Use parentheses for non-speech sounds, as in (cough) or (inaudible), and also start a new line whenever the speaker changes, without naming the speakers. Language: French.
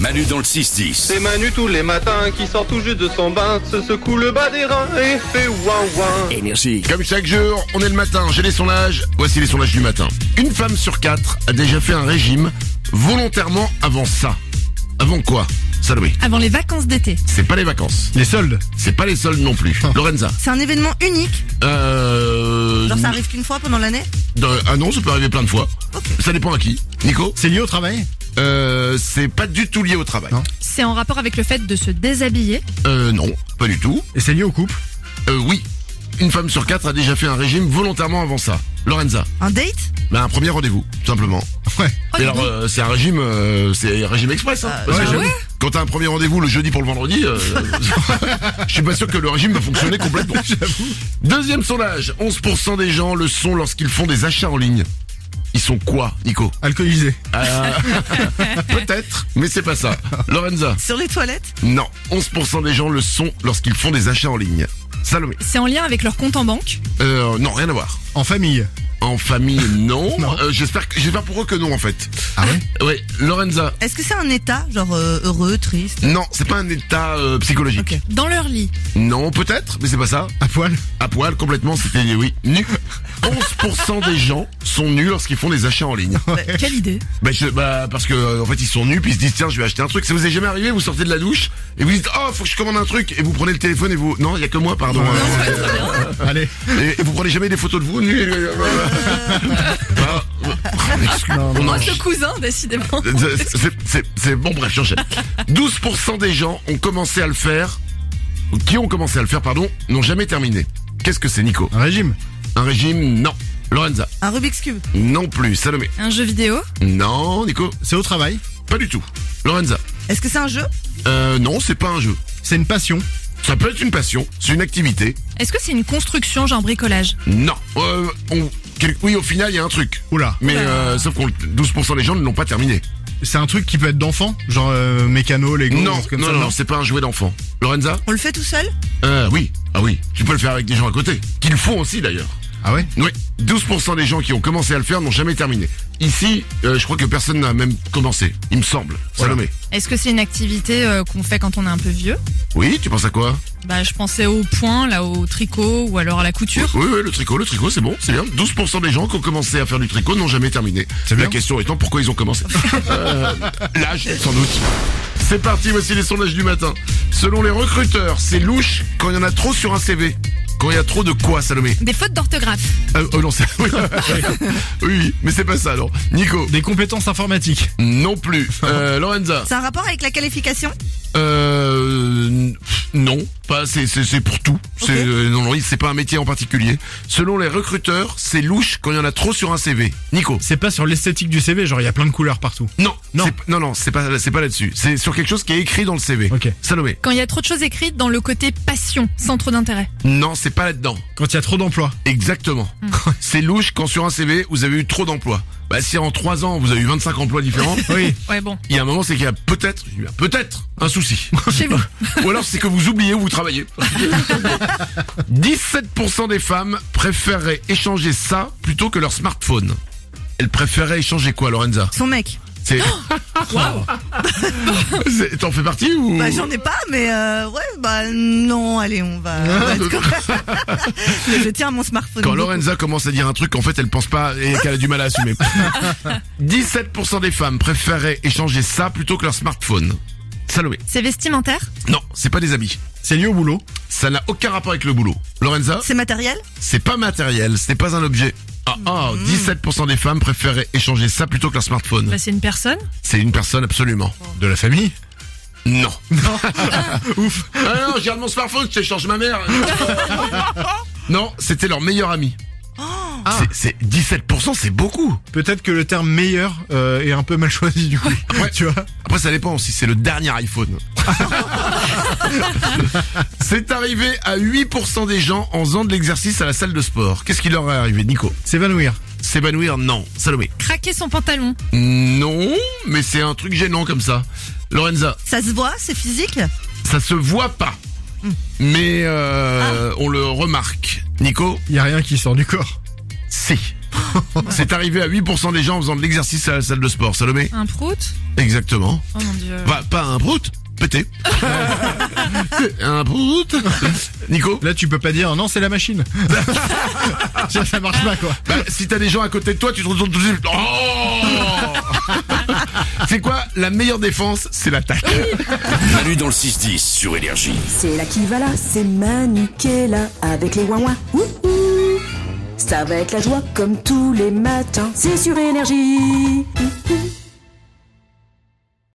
Manu dans le 6-10.
C'est Manu tous les matins qui sort tout juste de son bain, se secoue le bas des reins et fait ouin ouin.
Énergie.
Comme chaque jour, on est le matin, j'ai les sondages, voici les sondages du matin. Une femme sur quatre a déjà fait un régime volontairement avant ça. Avant quoi Salomé,
Avant les vacances d'été.
c'est pas les vacances,
Les soldes. Ah.
c'est pas les soldes non plus. Lorenza,
C'est un événement unique.
euh...
Genre ça arrive qu'une fois pendant l'année.
de- Ah non, ça peut arriver plein de fois. Ça dépend à qui. Nico,
C'est lié au travail
euh, c'est pas du tout lié au travail.
Non.
C'est en rapport avec le fait de se déshabiller.
Euh, non, pas du tout.
Et c'est lié au couple
Euh, oui, une femme sur quatre a déjà fait un régime volontairement avant ça. Lorenza,
Un date
ben un premier rendez-vous, tout simplement.
Oh,
Ouais.
Et
dis
alors,
donc.
euh, c'est un régime, euh, c'est un régime express. Hein, parce
bah
que
ouais.
j'avoue, Quand t'as un premier rendez-vous le jeudi pour le vendredi,
(laughs)
euh, je suis pas sûr que le régime va fonctionner complètement.
(laughs)
Deuxième sondage 11% des gens le sont lorsqu'ils font des achats en ligne. Ils sont quoi, Nico
Alcoolisé.
Peut-être, mais c'est pas
(laughs)
ça. Lorenza
sur les toilettes.
Non. 11% des gens le sont lorsqu'ils font des achats en ligne. Salomé
C'est en lien avec leur compte en banque.
euh, Non, rien à voir.
En famille.
En famille, non.
(laughs) Non.
Euh, j'espère, que, j'espère pour eux que non, en fait.
Ah ouais
Ouais, Lorenza.
Est-ce que c'est un état, genre euh, heureux, triste
Non, c'est pas un état euh, psychologique.
Ok.
Dans leur lit.
Non, peut-être, mais c'est pas ça. (laughs)
À poil
À poil, complètement, c'était oui, nu. 11% des gens sont nus lorsqu'ils font des achats en ligne.
(laughs)
(laughs)
Quelle idée.
Bah, je- bah, parce que euh, en fait ils sont nus puis ils se disent tiens je vais acheter un truc. Ça vous est jamais arrivé Vous sortez de la douche et vous dites oh faut que je commande un truc et vous prenez le téléphone et vous non il y a que moi pardon. euh,
Allez.
et, et vous prenez jamais des photos de vous nus. et- euh, Bah, euh, excuse-
Non, non,
on en-
Moi, ce cousin, décidément.
C'est- c'est- c'est- C'est bon, bref, j'enchaîne. 12% des gens ont commencé à le faire, ou qui ont commencé à le faire, pardon, n'ont jamais terminé. Qu'est-ce que c'est, Nico
Un régime.
Un régime Non. Lorenza
Un Rubik's Cube
Non plus. Salomé
Un jeu vidéo.
Non. Nico
C'est au travail.
Pas du tout. Lorenza
Est-ce que c'est un jeu
Euh, non, c'est pas un jeu.
C'est une passion.
Ça peut être une passion, c'est une activité.
Est-ce que c'est une construction, genre bricolage
Non. Euh, on- quel- oui, au final, il y a un truc.
Oula.
Mais euh, sauf qu'on 12% des gens ne l'ont pas terminé.
C'est un truc qui peut être d'enfant Genre euh, mécano, Lego,
Non,
des trucs comme
non,
ça,
non, c'est pas un jouet d'enfant. Lorenza
On le fait tout seul
Euh, oui. Ah oui. Tu peux le faire avec des gens à côté. Qu'ils le font aussi, d'ailleurs.
Ah ouais
Oui, 12% des gens qui ont commencé à le faire n'ont jamais terminé. Ici, euh, je crois que personne n'a même commencé, il me semble.
Voilà.
Salomé.
Est-ce que c'est une activité euh, qu'on fait quand on est un peu vieux
Oui, tu penses à quoi
Bah, je pensais au point, là, au tricot ou alors à la couture.
Oui, oui, le tricot, le tricot, c'est bon, c'est bien. 12% des gens qui ont commencé à faire du tricot n'ont jamais terminé.
C'est
La
bien.
question étant pourquoi ils ont
(laughs)
commencé. Euh, L'âge, sans doute. C'est parti, voici les sondages du matin. Selon les recruteurs, c'est louche quand il y en a trop sur un CV. Quand il y a trop de quoi, Salomé
Des fautes d'orthographe.
Ah, Oh non, c'est... (laughs) Oui, oui, mais c'est pas ça, non. Nico,
Des compétences informatiques.
non plus. Euh, Lorenza
C'est un rapport avec la qualification
Euh, n- non, pas c'est c'est c'est pour tout. C'est euh, non non, c'est pas un métier en particulier. Selon les recruteurs, c'est louche quand il y en a trop sur un CV. Nico.
C'est pas sur l'esthétique du CV, genre il y a plein de couleurs partout.
Non,
Non.
c'est p- non non, c'est pas c'est pas là-dessus. C'est sur quelque chose qui est écrit dans le CV.
Ok.
Salomé.
Quand il y a trop de choses écrites dans le côté passion, sans trop d'intérêt.
Non, c'est pas là-dedans.
Quand il y a trop d'emplois.
Exactement.
Hmm.
(laughs) c'est louche quand sur un CV, vous avez eu trop d'emplois. Bah si en 3 ans, vous avez eu 25 emplois différents,
Oui.
Ouais, bon.
il y a un moment c'est qu'il y a peut-être il y a peut-être un souci.
Chez vous.
(laughs) Ou alors c'est que vous oubliez où vous travaillez.
(laughs)
17% des femmes préféreraient échanger ça plutôt que leur smartphone. Elles préféraient échanger quoi, Lorenza
Son mec
C'est. (laughs) C'est- T'en fais partie ou
Oh, Bah j'en ai pas, mais euh, ouais, bah non, allez, on va... on va être
(laughs)
correct. mais je tiens à mon smartphone.
Quand Lorenza commence à dire un truc qu'en fait elle pense pas et qu'elle a du mal
(laughs)
à assumer. 17% des femmes préféraient échanger ça plutôt que leur smartphone. Salomé.
C'est vestimentaire.
Non, c'est pas des habits.
C'est lié au boulot.
Ça n'a aucun rapport avec le boulot. Lorenza
C'est matériel
C'est pas matériel, ce n'est pas un objet. Ah ah, 17% des femmes préféraient échanger ça plutôt que leur smartphone.
Bah, c'est une personne.
C'est une personne absolument.
De la famille.
Non. Ouf. (laughs) Ah non, je garde mon smartphone, je t'échange ma mère. non, c'était leur meilleur ami. C'est c'est- 17%, c'est beaucoup.
Peut-être que le terme meilleur euh, est un peu mal (laughs) choisi du coup.
Ouais.
Tu vois
Après, ça dépend si c'est le dernier iPhone. c'est arrivé à 8% des gens en faisant de l'exercice à la salle de sport. Qu'est-ce qui leur est arrivé, Nico
S'évanouir.
S'évanouir Non. Salomé
Craquer son pantalon.
Non, mais c'est un truc gênant comme ça. Lorenza,
Ça se voit C'est physique
ça se voit pas, mais euh, on le remarque. Nico,
Il y a rien qui sort du corps.
si. C'est arrivé à 8% des gens en faisant de l'exercice à la salle de sport. Salomé
Un prout
Exactement.
Oh mon dieu.
Bah, pas un prout, pété. un prout. Nico
Là, tu peux pas dire non, c'est la machine. (laughs) ça, ça marche pas quoi.
Bah, si t'as des gens à côté de toi, tu te retournes tout de suite. Oh C'est quoi La meilleure défense, c'est l'attaque.
Manu dans le 6-10 sur Énergie.
C'est là qui va là, c'est Manu qui est là avec les ouin Wouhou Ça va être la joie comme tous les matins, c'est sur énergie. Wouhou.